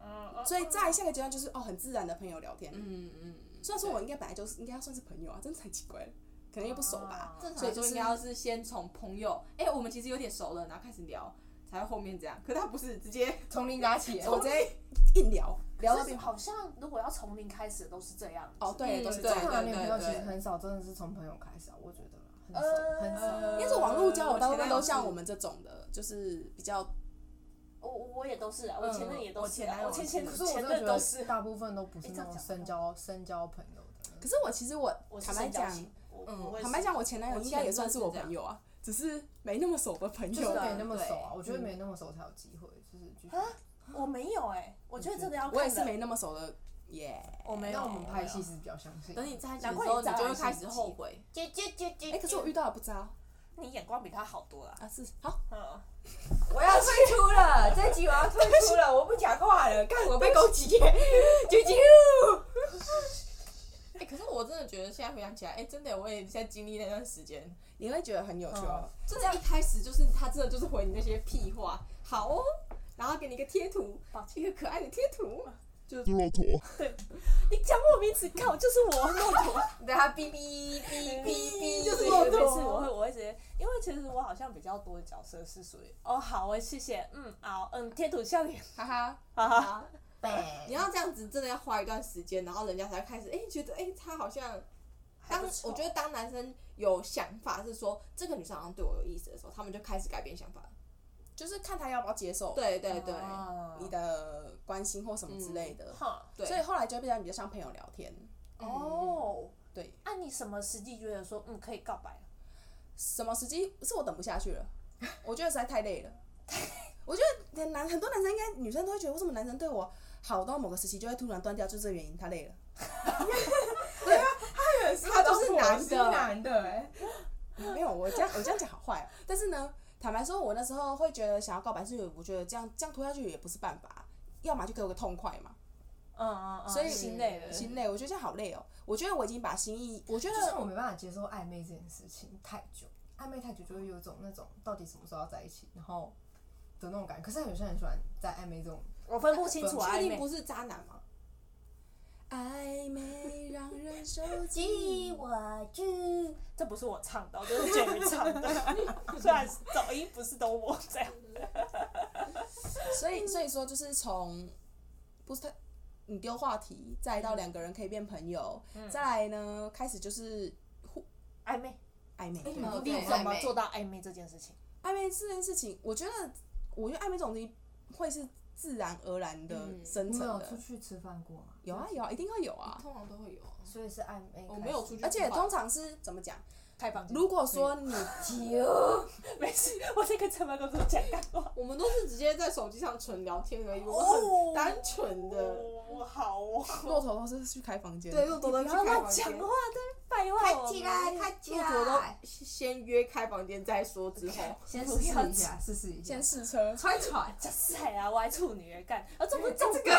[SPEAKER 2] 嗯，嗯
[SPEAKER 1] 所以在下一个阶段就是哦，很自然的朋友聊天。
[SPEAKER 3] 嗯嗯，
[SPEAKER 1] 虽然说我应该本来就是应该要算是朋友啊，真的太奇怪了，可能又不熟吧。
[SPEAKER 3] 正常
[SPEAKER 1] 所以
[SPEAKER 3] 来
[SPEAKER 1] 就是
[SPEAKER 3] 说应该要是先从朋友，哎、我们其实有点熟了，然后开始聊，才会后面这样。可是他不是直接
[SPEAKER 4] 从零打起，
[SPEAKER 1] 我直接硬聊聊到
[SPEAKER 2] 可是
[SPEAKER 1] 变
[SPEAKER 2] 好像如果要从零开始的都是这样子
[SPEAKER 1] 哦，，对，
[SPEAKER 3] 嗯
[SPEAKER 1] 都是这
[SPEAKER 3] 对
[SPEAKER 4] 正
[SPEAKER 1] 样。
[SPEAKER 4] 常的女朋友
[SPEAKER 3] 对
[SPEAKER 4] 其
[SPEAKER 3] 对
[SPEAKER 4] 实很少真的是从朋友开始啊，我觉得啦很少很少。
[SPEAKER 3] 呃
[SPEAKER 1] 因为是网络交友，大部分
[SPEAKER 3] 前男友
[SPEAKER 1] 都
[SPEAKER 3] 是
[SPEAKER 1] 像我们这种的，就是比较
[SPEAKER 2] 我我也都是啊，我前任也都是啊，
[SPEAKER 3] 嗯
[SPEAKER 2] 我前前
[SPEAKER 3] 我
[SPEAKER 4] 可是我
[SPEAKER 2] 前
[SPEAKER 4] 真的
[SPEAKER 2] 任
[SPEAKER 4] 觉
[SPEAKER 2] 都
[SPEAKER 4] 得
[SPEAKER 2] 是，
[SPEAKER 4] 大部分都不是那
[SPEAKER 2] 哎这样
[SPEAKER 4] 种
[SPEAKER 2] 讲
[SPEAKER 4] 深交深交朋友的那
[SPEAKER 1] 可
[SPEAKER 4] 种。
[SPEAKER 1] 是我其实我
[SPEAKER 2] 我是
[SPEAKER 1] 坦白
[SPEAKER 2] 深交
[SPEAKER 1] 讲，
[SPEAKER 2] 型，我
[SPEAKER 3] 嗯
[SPEAKER 2] 我会
[SPEAKER 1] 坦白
[SPEAKER 2] 是
[SPEAKER 1] 讲，我前男友应该也算是我朋友啊，只是没那么熟的朋
[SPEAKER 4] 就是
[SPEAKER 1] 友。嗯
[SPEAKER 4] 没那么熟啊，
[SPEAKER 3] 对
[SPEAKER 4] 我觉得没那么熟才有机会，就是继续
[SPEAKER 2] 啊我没有哎，我觉得真的要看
[SPEAKER 1] 我也是
[SPEAKER 2] 人
[SPEAKER 1] 没那么熟的耶。
[SPEAKER 2] 我没有，
[SPEAKER 4] 那我们
[SPEAKER 2] 没
[SPEAKER 4] 拍
[SPEAKER 2] 有
[SPEAKER 4] 戏是比较相信。
[SPEAKER 3] 等你在一起
[SPEAKER 2] 难
[SPEAKER 3] 的时
[SPEAKER 2] 怪
[SPEAKER 3] 候，
[SPEAKER 2] 你
[SPEAKER 3] 你
[SPEAKER 2] 渣
[SPEAKER 3] 就
[SPEAKER 2] 男
[SPEAKER 3] 会开
[SPEAKER 2] 心
[SPEAKER 3] 始
[SPEAKER 2] 机
[SPEAKER 3] 后悔。
[SPEAKER 2] 姐姐姐姐，
[SPEAKER 1] 哎，可是我遇到也不渣，
[SPEAKER 2] 你眼光比他好多了。
[SPEAKER 1] 啊，是好，
[SPEAKER 2] 嗯，
[SPEAKER 4] 我要退出了，这集我要退出了，我不讲话了，看我被攻
[SPEAKER 3] [LAUGHS]
[SPEAKER 4] 击耶，啾啾。
[SPEAKER 3] 哎、可是我真的觉得现在回想起来，哎、真的我也在经历那段时间，
[SPEAKER 1] 你会觉得很有趣哦。
[SPEAKER 3] 真的，一开始就是他真的就是回你那些屁话，好哦，然后给你一个贴图
[SPEAKER 2] 抱，
[SPEAKER 3] 一个可爱的贴图，
[SPEAKER 5] 猪肉坨。
[SPEAKER 2] 你讲我名字，你看我就是我，骆驼，
[SPEAKER 4] [LAUGHS] 对他哔哔 [LAUGHS] 哔哔哔，
[SPEAKER 2] 就是
[SPEAKER 4] 我
[SPEAKER 2] 我，每次我会我会直接，因为其实我好像比较多的角色是属于哦好，我谢谢，嗯好，嗯贴图笑脸，
[SPEAKER 3] 哈哈，
[SPEAKER 2] 哈
[SPEAKER 3] 哈
[SPEAKER 2] 哈，
[SPEAKER 3] 哈。啊你要这样子，真的要花一段时间，然后人家才会开始哎、觉得哎、他好像当我觉
[SPEAKER 2] 得
[SPEAKER 3] 得当男生有想法是说这个女生好像对我有意思的时候，他们就开始改变想法了。
[SPEAKER 2] 啊
[SPEAKER 1] 就是看他要不要接受
[SPEAKER 3] 对对对，
[SPEAKER 1] 你的关心或什么之类的。
[SPEAKER 2] 哈
[SPEAKER 1] 嗯
[SPEAKER 3] 对
[SPEAKER 1] 所以后来就会变得比较像朋友聊天。
[SPEAKER 2] 哦，
[SPEAKER 1] 对，
[SPEAKER 2] 那你什么时机觉得说嗯可以告白了？
[SPEAKER 1] 什么时机是我等不下去了？ [LAUGHS] 我觉得实在太累了。 [LAUGHS] 我觉得男很多男生应该女生都会觉得，为什么男生对我好到某个时期就会突然断掉，就是这个原因，他累了。 [LAUGHS]
[SPEAKER 4] 他都是
[SPEAKER 1] 他都
[SPEAKER 4] 男
[SPEAKER 1] 是
[SPEAKER 4] 的，
[SPEAKER 1] 男
[SPEAKER 4] 男的哎，
[SPEAKER 1] 没有，我这样我这样讲好坏哦、但是呢，坦白说，我那时候会觉得想要告白，是因为我觉得这样这样拖下去也不是办法，要么就给我个痛快嘛，
[SPEAKER 2] 嗯嗯嗯，
[SPEAKER 1] 所以
[SPEAKER 2] 心累了，
[SPEAKER 1] 心累。我觉得这样好累哦、我觉得我已经把心意，我觉
[SPEAKER 4] 就
[SPEAKER 1] 得
[SPEAKER 4] 是我没办法接受暧昧这件事情太久，暧昧太久就会有一种那种到底什么时候要在一起，然后的那种感觉。可是有些人很喜欢在暧昧这种，
[SPEAKER 2] 我分不清楚
[SPEAKER 3] 确
[SPEAKER 2] 暧
[SPEAKER 3] 定
[SPEAKER 2] 昧。
[SPEAKER 3] 不是渣男吗？
[SPEAKER 1] 暧昧让人受
[SPEAKER 2] 记
[SPEAKER 1] 尽。
[SPEAKER 2] 我住，这不是我唱的哦，这是 Jerry 唱的，虽然走音不是都我这样。
[SPEAKER 1] [LAUGHS] 所以所以说，就是从不是他，你丢话题，再到两个人可以变朋友，再来呢，开始就是
[SPEAKER 2] 暧昧，
[SPEAKER 1] 暧昧。
[SPEAKER 4] 你
[SPEAKER 1] 对
[SPEAKER 4] 们
[SPEAKER 3] 哦
[SPEAKER 4] 不
[SPEAKER 3] 对
[SPEAKER 4] 练
[SPEAKER 2] 怎
[SPEAKER 4] 暧
[SPEAKER 2] 么
[SPEAKER 4] 昧，
[SPEAKER 2] 做到暧昧这件事情？
[SPEAKER 1] 暧昧这件事情，我觉得，我觉得暧昧这种东西会是自然而然的
[SPEAKER 3] 嗯
[SPEAKER 1] 生
[SPEAKER 4] 你们
[SPEAKER 1] 成
[SPEAKER 4] 有
[SPEAKER 1] 的。
[SPEAKER 4] 出去吃饭过吗？
[SPEAKER 1] 有啊有啊，一定会有啊。
[SPEAKER 3] 通常都会有啊。
[SPEAKER 4] 所以是暧昧。
[SPEAKER 3] 我没有出去
[SPEAKER 1] 而且通常是怎么讲？
[SPEAKER 2] 开放
[SPEAKER 1] 如果说你
[SPEAKER 4] 丢，
[SPEAKER 2] [LAUGHS] 没事，我在跟陈曼公主讲干话。
[SPEAKER 3] 我们都是直接在手机上纯聊天而已，我
[SPEAKER 2] 哦
[SPEAKER 3] 很单纯的。
[SPEAKER 2] 哦，好哦，
[SPEAKER 1] 骆驼都是去开房间，
[SPEAKER 3] 对，，骆驼都去
[SPEAKER 2] 不要
[SPEAKER 3] 开
[SPEAKER 2] 乱
[SPEAKER 3] 房
[SPEAKER 2] 讲
[SPEAKER 3] 间，
[SPEAKER 2] 话，真废话。我们
[SPEAKER 4] 开起
[SPEAKER 3] 骆驼都先约开房间再说，之后
[SPEAKER 4] 先试试一下，试试一下
[SPEAKER 1] 先，试车。
[SPEAKER 4] 穿穿。
[SPEAKER 2] 就是啊，我还处女耶干，啊，这不是重点。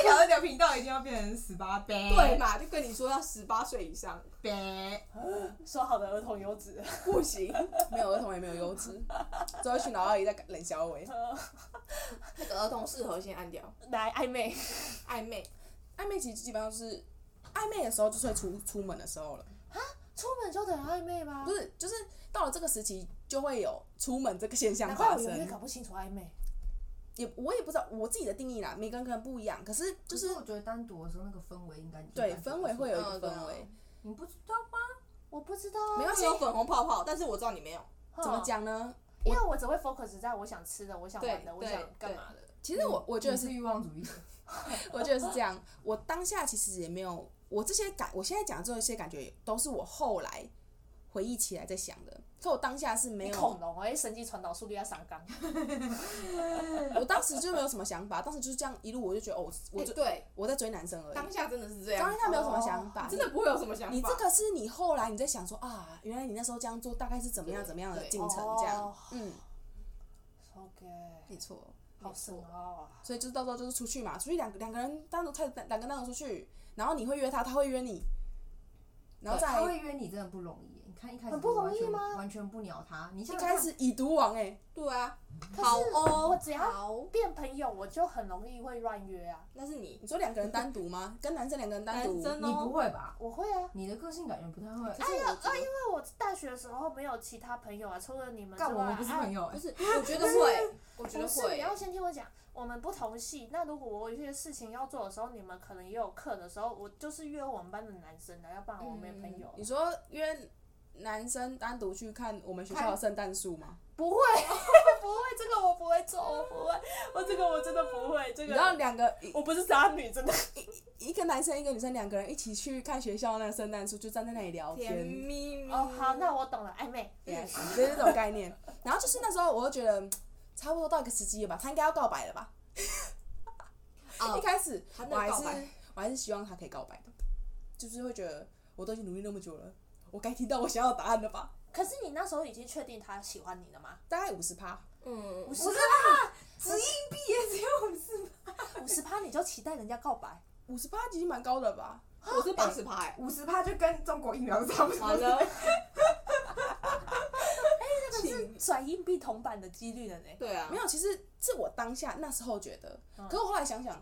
[SPEAKER 4] 一聊聊频道一定要变成十八杯，
[SPEAKER 3] 对嘛？就跟你说要十八岁以上，
[SPEAKER 4] 杯。
[SPEAKER 2] 说好的儿童优质，
[SPEAKER 3] 不行，
[SPEAKER 1] 没有儿童也没有优
[SPEAKER 2] [LAUGHS]
[SPEAKER 1] 质，只有一群老阿姨在冷笑我。
[SPEAKER 3] 那个儿童适合先按掉。
[SPEAKER 2] 来暧昧，
[SPEAKER 3] 暧昧，
[SPEAKER 1] 暧昧其实基本上是暧昧的时候，就是会出出门的时候了，
[SPEAKER 2] 出门就等于暧昧吗
[SPEAKER 1] 不？是，就是到了这个时期就会有出门这个现象
[SPEAKER 2] 难怪
[SPEAKER 1] 发
[SPEAKER 2] 我永远
[SPEAKER 1] 生
[SPEAKER 2] 搞。不清楚暧昧。
[SPEAKER 1] 也我也不知道我自己的定义啦，每个人可能不一样，可是就
[SPEAKER 4] 可
[SPEAKER 1] 是
[SPEAKER 4] 是我觉得单独的时候那个氛围应该你就
[SPEAKER 1] 对
[SPEAKER 4] 感觉
[SPEAKER 1] 氛围会有一个
[SPEAKER 3] 嗯对啊
[SPEAKER 1] 氛围。
[SPEAKER 4] 你不知道吗？
[SPEAKER 2] 我不知道啊，
[SPEAKER 1] 没关
[SPEAKER 3] 它
[SPEAKER 1] 系
[SPEAKER 3] 是有粉红泡泡，但是我知道你没有。
[SPEAKER 2] 哼
[SPEAKER 1] 怎么？讲呢？
[SPEAKER 2] 因为我只会 focus 在我想吃的、我想玩的、
[SPEAKER 3] 对
[SPEAKER 2] 我想干嘛的。
[SPEAKER 1] 其实我我觉得
[SPEAKER 4] 你
[SPEAKER 1] 是
[SPEAKER 4] 是欲望主义者，
[SPEAKER 2] 嗯
[SPEAKER 1] 我觉得是这样。我当下其实也没有，我这些感，我现在讲这些感觉都是我后来回忆起来在想的。可我当下是没
[SPEAKER 2] 你
[SPEAKER 1] 有，
[SPEAKER 2] 恐龙哎，神经传导速率要上纲。
[SPEAKER 1] 我当时就没有什么想法，当时就是这样一路，我就觉得哦，我我就、
[SPEAKER 3] 哎对，
[SPEAKER 1] 我在追男生而已
[SPEAKER 3] 当，下真的是这样
[SPEAKER 1] 当，下没有什么想法，
[SPEAKER 3] 真的不会有什么想法。
[SPEAKER 1] 你这个是你后来你在想说啊，原来你那时候这样做大概是怎么样怎么样的进程
[SPEAKER 2] 对
[SPEAKER 1] 这样
[SPEAKER 2] 哦，
[SPEAKER 1] 嗯，
[SPEAKER 2] OK，
[SPEAKER 1] 没错。
[SPEAKER 2] 好深奥啊。
[SPEAKER 1] 所以就是到时候就是出去嘛，出去两个两个人单独开始两个单独出去，然后你会约他，他会约你， [LAUGHS] 然后再
[SPEAKER 4] 他
[SPEAKER 1] 来
[SPEAKER 4] 会约你真的不容易。你看一开始
[SPEAKER 2] 很不容易
[SPEAKER 4] 完全
[SPEAKER 2] 吗
[SPEAKER 4] 完全不鸟他，你
[SPEAKER 1] 一
[SPEAKER 4] 现在
[SPEAKER 1] 开始已读王哎、
[SPEAKER 3] 对啊，
[SPEAKER 2] 可
[SPEAKER 3] 好
[SPEAKER 2] 是
[SPEAKER 3] 哦，
[SPEAKER 2] 我只要
[SPEAKER 3] 好，
[SPEAKER 2] 变朋友，我就很容易会乱约啊。
[SPEAKER 3] 那是你
[SPEAKER 1] 你说两个人单独吗？跟男生两个人单独？
[SPEAKER 3] 男生
[SPEAKER 4] 你不
[SPEAKER 3] 哦。
[SPEAKER 4] 会吧？
[SPEAKER 2] 我会啊，
[SPEAKER 4] 你的个性感觉不太会。
[SPEAKER 3] 可是我觉得
[SPEAKER 2] 因为我大学的时候没有其他朋友啊，除了你们之
[SPEAKER 4] 干我
[SPEAKER 2] 外，啊
[SPEAKER 4] 们不是
[SPEAKER 1] 啊
[SPEAKER 4] 朋友
[SPEAKER 3] 不
[SPEAKER 4] 哎，
[SPEAKER 3] 是，我觉得会，我觉
[SPEAKER 2] 不
[SPEAKER 3] 得
[SPEAKER 2] 是，你
[SPEAKER 3] 会。
[SPEAKER 1] 欸
[SPEAKER 2] 要先听我讲，我们不同系。那如果我有一些事情要做的时候，你们可能也有课的时候，我就是约我们班的男生啊的，要不然我没朋友。
[SPEAKER 1] 嗯
[SPEAKER 2] 啊
[SPEAKER 1] 你说约男生单独去看我们学校的圣诞树吗？
[SPEAKER 2] 不会，不会，这 [LAUGHS] 个我不会做，我不会，我这个我真的不会，这
[SPEAKER 1] 你知道
[SPEAKER 2] 个
[SPEAKER 1] 两个一
[SPEAKER 2] 我不是渣女，真的。
[SPEAKER 1] 一个男生一个女生两个人一起去看学校那个圣诞树，就站在那里聊
[SPEAKER 3] 甜
[SPEAKER 1] 天，
[SPEAKER 3] 蜜蜜
[SPEAKER 2] 哦，好，那我懂了，暧昧。
[SPEAKER 1] Yes，就是这种概念。 [LAUGHS] 然后就是那时候我就觉得嗯差不多到一个时机了吧，他应该要告白了吧？ [LAUGHS] 一
[SPEAKER 3] 哦，
[SPEAKER 1] 开始
[SPEAKER 3] 他
[SPEAKER 1] 我
[SPEAKER 3] 那
[SPEAKER 1] 还
[SPEAKER 3] 告
[SPEAKER 1] 是
[SPEAKER 3] 白，
[SPEAKER 1] 我还是希望他可以告白的，就是会觉得我都已经努力那么久了，我该听到我想要的答案了吧？
[SPEAKER 2] 可是你那时候已经确定他喜欢你了吗？
[SPEAKER 1] 大概五十趴，
[SPEAKER 3] 嗯，
[SPEAKER 2] 五十
[SPEAKER 4] 直硬币也只有五十
[SPEAKER 2] 趴，五十趴你就期待人家告白？
[SPEAKER 1] 五十趴其实蛮高的吧？
[SPEAKER 3] 我是八十趴，哎
[SPEAKER 4] 五十趴就跟中国疫苗差不
[SPEAKER 1] 哦
[SPEAKER 4] 多
[SPEAKER 3] 完。了，
[SPEAKER 2] 这个是转硬币铜板的几率了呢。
[SPEAKER 3] 对啊
[SPEAKER 1] 没，有，其实是我当下那时候觉得，
[SPEAKER 2] 嗯
[SPEAKER 1] 可是我后来想想，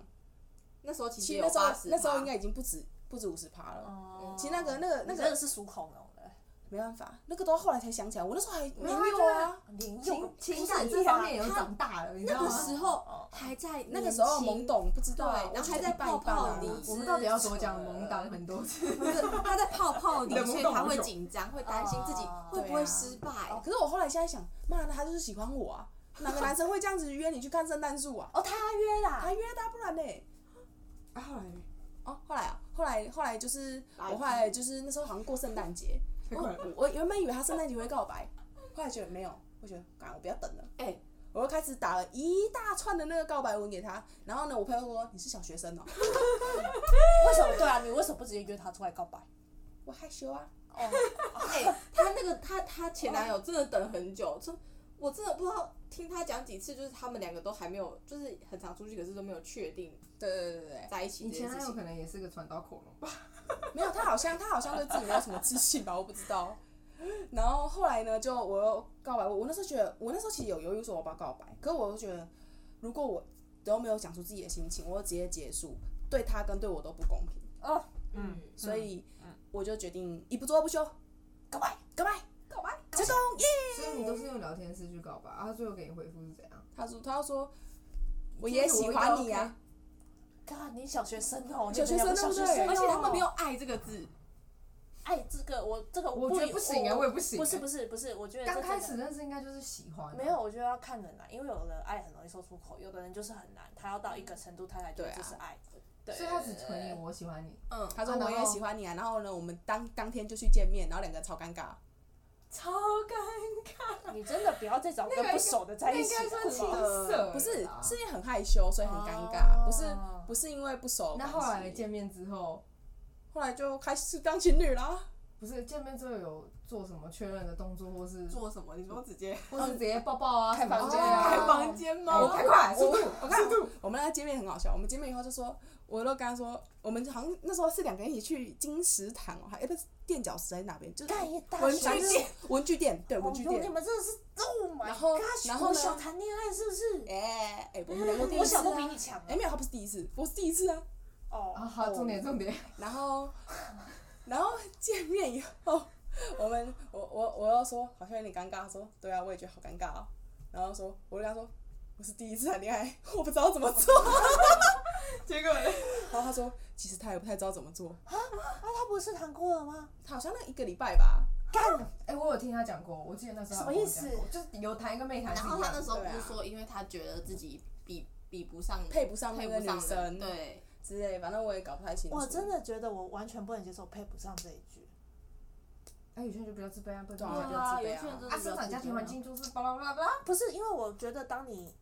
[SPEAKER 3] 那时候其实
[SPEAKER 1] 其
[SPEAKER 3] 也
[SPEAKER 1] 实那
[SPEAKER 3] 有
[SPEAKER 1] 时候
[SPEAKER 3] 八十，
[SPEAKER 1] 那时候应该已经不止不止五十趴了。
[SPEAKER 2] 哦
[SPEAKER 1] 其实那个那个那
[SPEAKER 2] 你真
[SPEAKER 1] 个
[SPEAKER 2] 的是属恐龙的，
[SPEAKER 1] 没办法，那个都后来才想起来，我那时候还没
[SPEAKER 4] 没有啊
[SPEAKER 1] 有啊。
[SPEAKER 2] 年幼
[SPEAKER 4] 情情啊
[SPEAKER 3] 不
[SPEAKER 4] 感
[SPEAKER 3] 是
[SPEAKER 4] 这方面也有长大了，你知
[SPEAKER 3] 那
[SPEAKER 4] 道
[SPEAKER 3] 个
[SPEAKER 4] 吗？
[SPEAKER 3] 时候还在
[SPEAKER 1] 那个时候
[SPEAKER 3] 年轻
[SPEAKER 1] 懵，懂，不知
[SPEAKER 3] 对，
[SPEAKER 1] 道，
[SPEAKER 3] 然后还在
[SPEAKER 1] 一半
[SPEAKER 3] 泡
[SPEAKER 1] 一半
[SPEAKER 3] 泡
[SPEAKER 1] 啊
[SPEAKER 3] 里，。
[SPEAKER 4] 我们到底要多讲懵懂很多次？
[SPEAKER 3] 不是他在泡泡里，
[SPEAKER 4] 你的懵
[SPEAKER 3] 所以
[SPEAKER 4] 懂
[SPEAKER 3] 他
[SPEAKER 4] 很
[SPEAKER 3] 会
[SPEAKER 4] 久
[SPEAKER 3] 紧张，会担心自己
[SPEAKER 2] 哦
[SPEAKER 3] 会不
[SPEAKER 1] 对
[SPEAKER 3] 会
[SPEAKER 1] 啊
[SPEAKER 3] 失败。
[SPEAKER 1] 可是我后来现在想，妈的，他就是喜欢我啊！哪个男生会这样子约你去看圣诞树啊？
[SPEAKER 2] 哦，他约啦，
[SPEAKER 1] 他约他，不然呢？啊，后来呢哦，后来啊，后来后来就是
[SPEAKER 3] 垃圾
[SPEAKER 1] 我后来就是那时候好像过圣诞节，
[SPEAKER 4] 太快了
[SPEAKER 1] 我我原本以为他圣诞节会告白，后来觉得没有，我觉得，干我不要等了。
[SPEAKER 3] 哎、
[SPEAKER 1] 我又开始打了一大串的那个告白文给他，然后呢，我朋友说你是小学生哦、
[SPEAKER 2] 为什么？对啊，你为什么不直接约他出来告白？
[SPEAKER 1] 我害羞啊，
[SPEAKER 2] 哦，
[SPEAKER 3] 哎、她那个她她前男友真的等很久，这我真的不知道听她讲几次，就是他们两个都还没有，就是很常出去，可是都没有确定
[SPEAKER 1] 对对对对
[SPEAKER 3] 在一起
[SPEAKER 4] 你
[SPEAKER 3] 这
[SPEAKER 4] 前
[SPEAKER 3] 件
[SPEAKER 4] 男
[SPEAKER 3] 事
[SPEAKER 4] 友可
[SPEAKER 3] 情。
[SPEAKER 4] 能也是个传导恐龙吧？
[SPEAKER 1] 对，没有，他好像他好像对自己没有什么自信吧，我不知道。然后后来呢，就我又告白，我我那时候觉得，我那时候其实有犹豫说我要不要告白，可是我又觉得，如果我都没有讲出自己的心情，我就直接结束，对他跟对我都不公平，
[SPEAKER 4] 嗯，
[SPEAKER 1] 所以我就决定一不做二不休，告白，告白，
[SPEAKER 2] 告白
[SPEAKER 1] 成功耶！
[SPEAKER 4] [LAUGHS] 所以你都是用聊天室去告白，啊，最后给你回复是怎样？
[SPEAKER 1] 他说他说我也喜欢你啊，
[SPEAKER 2] God，你小学生哦，
[SPEAKER 1] 小学生
[SPEAKER 2] 你们两个小学
[SPEAKER 1] 对
[SPEAKER 2] 生
[SPEAKER 1] 不对
[SPEAKER 2] 哦，
[SPEAKER 3] 而且他们没有“爱”这个字，
[SPEAKER 2] 哎，这个我这个
[SPEAKER 4] 我觉得不行啊，我也不行。
[SPEAKER 2] 不是不是不是，我觉得这真
[SPEAKER 4] 刚
[SPEAKER 2] 的
[SPEAKER 4] 开始认识应该就是喜欢，啊
[SPEAKER 2] 没有，我觉得要看人啦，啊因为有的爱很容易说出口，有的人就是很难，他要到一个程度，他才觉得
[SPEAKER 1] 对啊
[SPEAKER 2] 这是爱。
[SPEAKER 1] 对
[SPEAKER 4] 所以他只回你我喜欢你，
[SPEAKER 3] 嗯，
[SPEAKER 1] 他说
[SPEAKER 4] 啊然
[SPEAKER 1] 我
[SPEAKER 4] 后
[SPEAKER 1] 也喜欢你啊，然后呢，我们当当天就去见面，然后两个人超尴尬。
[SPEAKER 4] 超尴
[SPEAKER 2] 你真的不要再找
[SPEAKER 4] 那
[SPEAKER 2] 跟
[SPEAKER 4] 个
[SPEAKER 2] 不熟的在一起
[SPEAKER 4] 那应该算
[SPEAKER 2] 好
[SPEAKER 4] 情
[SPEAKER 2] 不好
[SPEAKER 4] 色，
[SPEAKER 1] 不是，是因为很害羞，所以很尴尬，不是
[SPEAKER 2] 哦
[SPEAKER 1] 不是因为不熟。
[SPEAKER 4] 那后来，见面之后，
[SPEAKER 1] 后来就开始当情侣啦。
[SPEAKER 4] 不是见面之后有做什么确认的动作，或是
[SPEAKER 3] 做什么？你说直接
[SPEAKER 4] 或是直接抱抱啊，
[SPEAKER 1] 开房间
[SPEAKER 4] 什么
[SPEAKER 1] 啊
[SPEAKER 4] 的
[SPEAKER 3] 开
[SPEAKER 4] 哦
[SPEAKER 3] 房间吗？
[SPEAKER 4] 哎太快，速度，
[SPEAKER 1] 我看
[SPEAKER 4] 速度，
[SPEAKER 1] 我们那个见面很好笑，我们见面以后就说，我都跟他说，我们好像那时候是两个人一起去金石堂哦，还哎不是垫脚石还是哪边，就是
[SPEAKER 2] 干一大
[SPEAKER 1] 文
[SPEAKER 2] 学
[SPEAKER 1] 具
[SPEAKER 2] 生
[SPEAKER 1] 店，文具店，对
[SPEAKER 2] 哦
[SPEAKER 1] 文具
[SPEAKER 2] 哟你
[SPEAKER 1] 店。
[SPEAKER 2] 们真的是，Oh my
[SPEAKER 1] 然后
[SPEAKER 2] gosh，
[SPEAKER 1] 然后
[SPEAKER 2] 我
[SPEAKER 1] 呢
[SPEAKER 2] 想谈恋爱是不是？
[SPEAKER 1] 哎哎，我们两个第一
[SPEAKER 2] 我
[SPEAKER 1] 次
[SPEAKER 2] 想都比
[SPEAKER 1] 啊。
[SPEAKER 2] 你强
[SPEAKER 1] 哎
[SPEAKER 2] 哎。
[SPEAKER 1] 没有，他不是第一次，我是第一次啊。
[SPEAKER 2] 哦，
[SPEAKER 4] 啊好，重点重点，
[SPEAKER 1] 然后， [LAUGHS] 然后见面以后，我们我我我要说好像有点尴尬，说对啊，我也觉得好尴尬啊、然后说，我就跟他说我是第一次谈啊恋爱，我不知道怎么做。
[SPEAKER 4] 结果嘞
[SPEAKER 1] 然后他说其实他也不太知道怎么做，
[SPEAKER 2] 啊，他不是谈过了吗？
[SPEAKER 1] 他好像那一个礼拜吧，
[SPEAKER 2] 干，
[SPEAKER 4] 哎，我有听他讲过，我记得那时候他有跟我讲过
[SPEAKER 2] 什么意思
[SPEAKER 4] 就是有谈一个妹谈，
[SPEAKER 3] 然后他那时候不
[SPEAKER 1] 对
[SPEAKER 3] 是
[SPEAKER 1] 啊
[SPEAKER 3] 说，因为他觉得自己比比不上，
[SPEAKER 1] 配不上那
[SPEAKER 3] 配
[SPEAKER 1] 个
[SPEAKER 3] 不上
[SPEAKER 1] 女生，
[SPEAKER 3] 人对，
[SPEAKER 1] 之类，反正我也搞不太 [LAUGHS] 清楚。
[SPEAKER 2] 我真的觉得我完全不能接受配不上这一句。
[SPEAKER 4] 哎，有些人就比较自卑啊，不
[SPEAKER 1] 对啊
[SPEAKER 4] 啊，
[SPEAKER 1] 啊有
[SPEAKER 3] 有
[SPEAKER 1] 些
[SPEAKER 3] 些
[SPEAKER 1] 人真的
[SPEAKER 3] 人真
[SPEAKER 4] 啊，生长家庭环境就是巴拉巴拉巴拉，
[SPEAKER 2] 啊不是因为我觉得，当你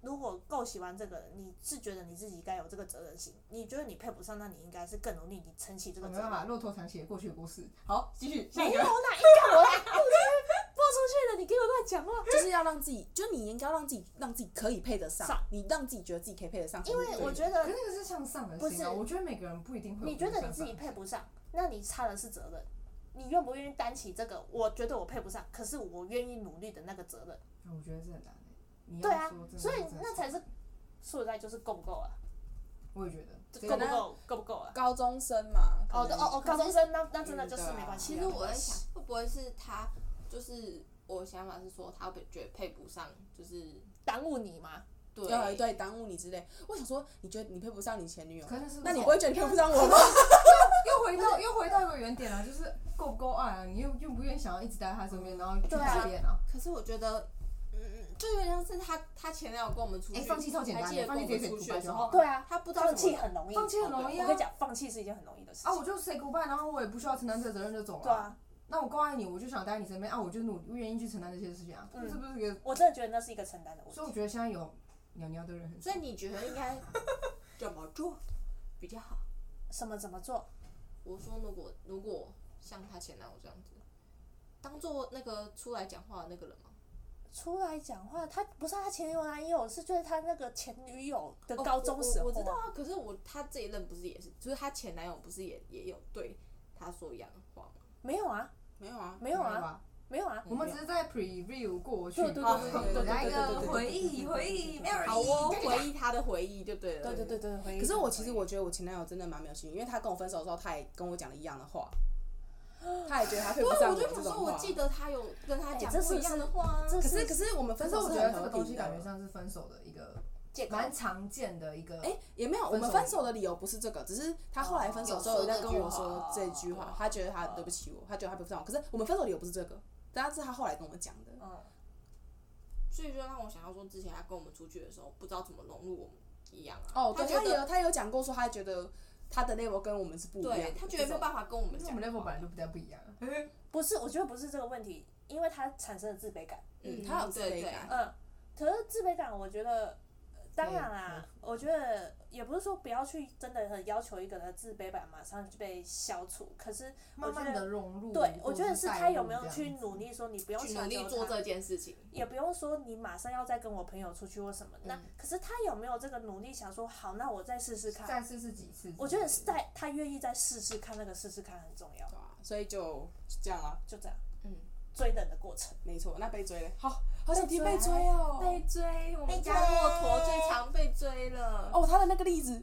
[SPEAKER 2] 如果够喜欢这个人，你是觉得你自己该有这个责任心，你觉得你配不上，那你应该是更容易你撑起这个
[SPEAKER 4] 哦没
[SPEAKER 2] 责任
[SPEAKER 4] 办。法，骆驼长写过去的故事，好，继续下
[SPEAKER 2] 没
[SPEAKER 4] 一
[SPEAKER 2] 有
[SPEAKER 4] 个
[SPEAKER 2] 啦，。一干我 [LAUGHS] 啦，我播出去了，你给我乱讲话。
[SPEAKER 1] 就是要让自己，就你应该要让自己，让自己可以配得上，
[SPEAKER 2] 上
[SPEAKER 1] 你让自己觉得自己可以配得上才
[SPEAKER 2] 因
[SPEAKER 1] 是对的。
[SPEAKER 2] 为我觉
[SPEAKER 4] 可
[SPEAKER 2] 得
[SPEAKER 4] 是那个是向上的
[SPEAKER 2] 不
[SPEAKER 4] 心啊，
[SPEAKER 2] 是
[SPEAKER 4] 我觉得每个人不一定会。
[SPEAKER 2] 你觉得你自己？配不上，那你差的是责任。你愿不愿意担起这个？我觉得我配不上，可是我愿意努力的那个责任。
[SPEAKER 4] 我觉得这很难欸你
[SPEAKER 2] 对
[SPEAKER 4] 要
[SPEAKER 2] 啊
[SPEAKER 4] 说，真的
[SPEAKER 2] 所以
[SPEAKER 4] 是
[SPEAKER 2] 那才是说实在就是够不够啊，
[SPEAKER 4] 我也觉得。
[SPEAKER 2] 就
[SPEAKER 1] 对
[SPEAKER 2] 够不
[SPEAKER 1] 那
[SPEAKER 2] 够，够不够啊？
[SPEAKER 1] 高中生嘛，可
[SPEAKER 2] 哦
[SPEAKER 1] 能
[SPEAKER 2] 哦哦，高中生那那真的
[SPEAKER 1] 嗯
[SPEAKER 2] 就是
[SPEAKER 1] 对啊
[SPEAKER 2] 没关系
[SPEAKER 3] 其
[SPEAKER 2] 啊。
[SPEAKER 3] 实我在想，会不会是他就是我想法是说，他会觉得配不上，就是
[SPEAKER 2] 耽误你嘛，
[SPEAKER 3] 对
[SPEAKER 1] 对对，耽误你之类。我想说，你觉得你配不上你前女友，
[SPEAKER 4] 可是是
[SPEAKER 1] 那你不
[SPEAKER 4] 会
[SPEAKER 1] 会觉得你配不上我吗？
[SPEAKER 4] [LAUGHS] 又回到又回到一个原点了，就是够不够爱啊？你又愿不愿意想要一直待在他身边，然后去
[SPEAKER 2] 对啊
[SPEAKER 4] 改变啊？
[SPEAKER 3] 可是我觉得，嗯，嗯，就有点像是他他前男友跟我们出去，
[SPEAKER 4] 哎，放弃超简
[SPEAKER 3] 还
[SPEAKER 4] 单
[SPEAKER 3] 记
[SPEAKER 4] 的，
[SPEAKER 3] 得
[SPEAKER 4] 放弃
[SPEAKER 3] 跟我们
[SPEAKER 4] 直接
[SPEAKER 3] 出
[SPEAKER 4] 古
[SPEAKER 3] 去
[SPEAKER 4] 拜
[SPEAKER 3] 的时
[SPEAKER 4] 就
[SPEAKER 3] 候，
[SPEAKER 4] 好。
[SPEAKER 2] 对啊，
[SPEAKER 3] 他不知道
[SPEAKER 2] 放
[SPEAKER 3] 怎
[SPEAKER 2] 弃
[SPEAKER 3] 么。
[SPEAKER 2] 很容易，哦
[SPEAKER 4] 放弃很容易
[SPEAKER 2] 我
[SPEAKER 4] 啊
[SPEAKER 2] 跟你！讲，放弃是一件很容易的事情。
[SPEAKER 4] 啊，我就 say goodbye，然后我也不需要承担这个责任就走
[SPEAKER 2] 对
[SPEAKER 4] 了。
[SPEAKER 2] 啊，
[SPEAKER 4] 那我够爱你，我就想待在你身边啊，我就努愿意去承担这些事情啊，
[SPEAKER 2] 嗯
[SPEAKER 4] 这不是一个？
[SPEAKER 2] 我真的觉得那是一个承担的问
[SPEAKER 4] 所以我
[SPEAKER 2] 题。
[SPEAKER 4] 觉得现在有鸟鸟的人很少
[SPEAKER 3] 所以你觉得应
[SPEAKER 4] [LAUGHS]
[SPEAKER 3] 该怎么做比较好？
[SPEAKER 2] 什么怎么做？
[SPEAKER 3] 我说如果如果像她前男友这样子，当做那个出来讲话的那个人吗？
[SPEAKER 2] 出来讲话，他不是他前有男友，是就是他那个前女友的
[SPEAKER 3] 哦
[SPEAKER 2] 呃高中时候、
[SPEAKER 3] 我我我知道啊，可是我她这一任不是也是，就是她前男友不是也也有对她说一样的话吗？
[SPEAKER 2] 没有啊，
[SPEAKER 1] [LAUGHS] 没有啊，
[SPEAKER 2] 没有啊，，没有啊，
[SPEAKER 4] 我们只是在 preview 过去，
[SPEAKER 2] 对对对对对对对对对对对对
[SPEAKER 4] 来一个回忆回忆，没有人
[SPEAKER 3] 好哦，
[SPEAKER 4] 意义
[SPEAKER 3] 回忆她的回忆就对了。
[SPEAKER 2] 对对对对，回忆
[SPEAKER 1] 可是我其实我觉得我前男友真的蛮没有心，因为他跟我分手的时候，他也跟我讲了一样的 [GASPS] 话，他也觉得他配
[SPEAKER 3] 对
[SPEAKER 1] 不
[SPEAKER 3] 啊
[SPEAKER 2] 啊
[SPEAKER 1] 上
[SPEAKER 3] 我
[SPEAKER 1] 这
[SPEAKER 3] 就想
[SPEAKER 1] 种
[SPEAKER 3] 说，我
[SPEAKER 1] 话。
[SPEAKER 3] 记得他有跟他讲
[SPEAKER 2] 哎这
[SPEAKER 3] 过
[SPEAKER 2] 是
[SPEAKER 3] 一样的话啊。
[SPEAKER 2] 这
[SPEAKER 1] 可
[SPEAKER 2] 是
[SPEAKER 1] 是可是我们分
[SPEAKER 4] 可是
[SPEAKER 1] 手
[SPEAKER 4] 我
[SPEAKER 1] 是
[SPEAKER 4] 觉得
[SPEAKER 1] 很
[SPEAKER 4] 这
[SPEAKER 1] 和
[SPEAKER 4] 个东
[SPEAKER 1] 平
[SPEAKER 4] 西感觉
[SPEAKER 1] 的，
[SPEAKER 4] 像是分手的一个
[SPEAKER 2] 借口
[SPEAKER 4] 蛮常见的一个，
[SPEAKER 1] 哎、也没有，我
[SPEAKER 4] 分手
[SPEAKER 1] 们分手的理由不是这个，只是他后来分手之
[SPEAKER 3] 哦
[SPEAKER 1] 后有在跟我说这句
[SPEAKER 3] 有说这句
[SPEAKER 1] 话
[SPEAKER 3] 话，
[SPEAKER 1] 他觉得他对不起
[SPEAKER 3] 哦
[SPEAKER 1] 我，他觉得他配不上我。可是我们分手的理由不是这个，但是他后来跟我讲的。
[SPEAKER 2] 嗯，
[SPEAKER 3] 所以就让我想到说，之前他跟我们出去的时候，不知道怎么融入我们一样啊。
[SPEAKER 1] 哦，对，
[SPEAKER 3] 觉
[SPEAKER 1] 他也
[SPEAKER 3] 得
[SPEAKER 1] 有他也有讲过说，他觉得他的 level 跟我们是不一样的
[SPEAKER 3] 对，他觉得没有办法跟我们
[SPEAKER 4] 因为
[SPEAKER 3] 讲
[SPEAKER 4] 我们 level
[SPEAKER 3] 话。
[SPEAKER 4] 本来就比较不一样。
[SPEAKER 2] 不是，我觉得不是这个问题，因为他产生了自卑感。
[SPEAKER 1] 嗯，
[SPEAKER 3] 嗯
[SPEAKER 1] 他有自
[SPEAKER 3] 对
[SPEAKER 1] 卑
[SPEAKER 3] 对
[SPEAKER 1] 感，
[SPEAKER 2] 嗯，可是自卑感，我觉得，呃当然啦，我觉得也不是说不要去真的很要求一个人的自卑感马上就被消除，可是
[SPEAKER 4] 慢慢的融入，
[SPEAKER 2] 对我觉得是他有没
[SPEAKER 4] 嗯或
[SPEAKER 2] 有
[SPEAKER 4] 者是带
[SPEAKER 2] 去
[SPEAKER 4] 入这样
[SPEAKER 2] 努力说你不用
[SPEAKER 3] 去
[SPEAKER 2] 强
[SPEAKER 3] 努力
[SPEAKER 2] 求
[SPEAKER 3] 做
[SPEAKER 2] 他
[SPEAKER 3] 这件事情。
[SPEAKER 2] 也不用说你马上要再跟我朋友出去或什么，那
[SPEAKER 3] 嗯
[SPEAKER 2] 可是他有没有这个努力想说好，那我再试试看？
[SPEAKER 4] 再试试几次。
[SPEAKER 2] 我觉得是在他愿意再试试看，那个试试看很重要
[SPEAKER 1] 对，吧？所以就这样啊，
[SPEAKER 2] 就这样
[SPEAKER 3] 嗯，
[SPEAKER 2] 追人的过程。
[SPEAKER 1] 没错。那被追嘞，好好想听被追哦。
[SPEAKER 3] 被追，我
[SPEAKER 2] 被
[SPEAKER 3] 们
[SPEAKER 2] 追
[SPEAKER 3] 家骆驼最常被追了。
[SPEAKER 1] 哦，他的那个例子，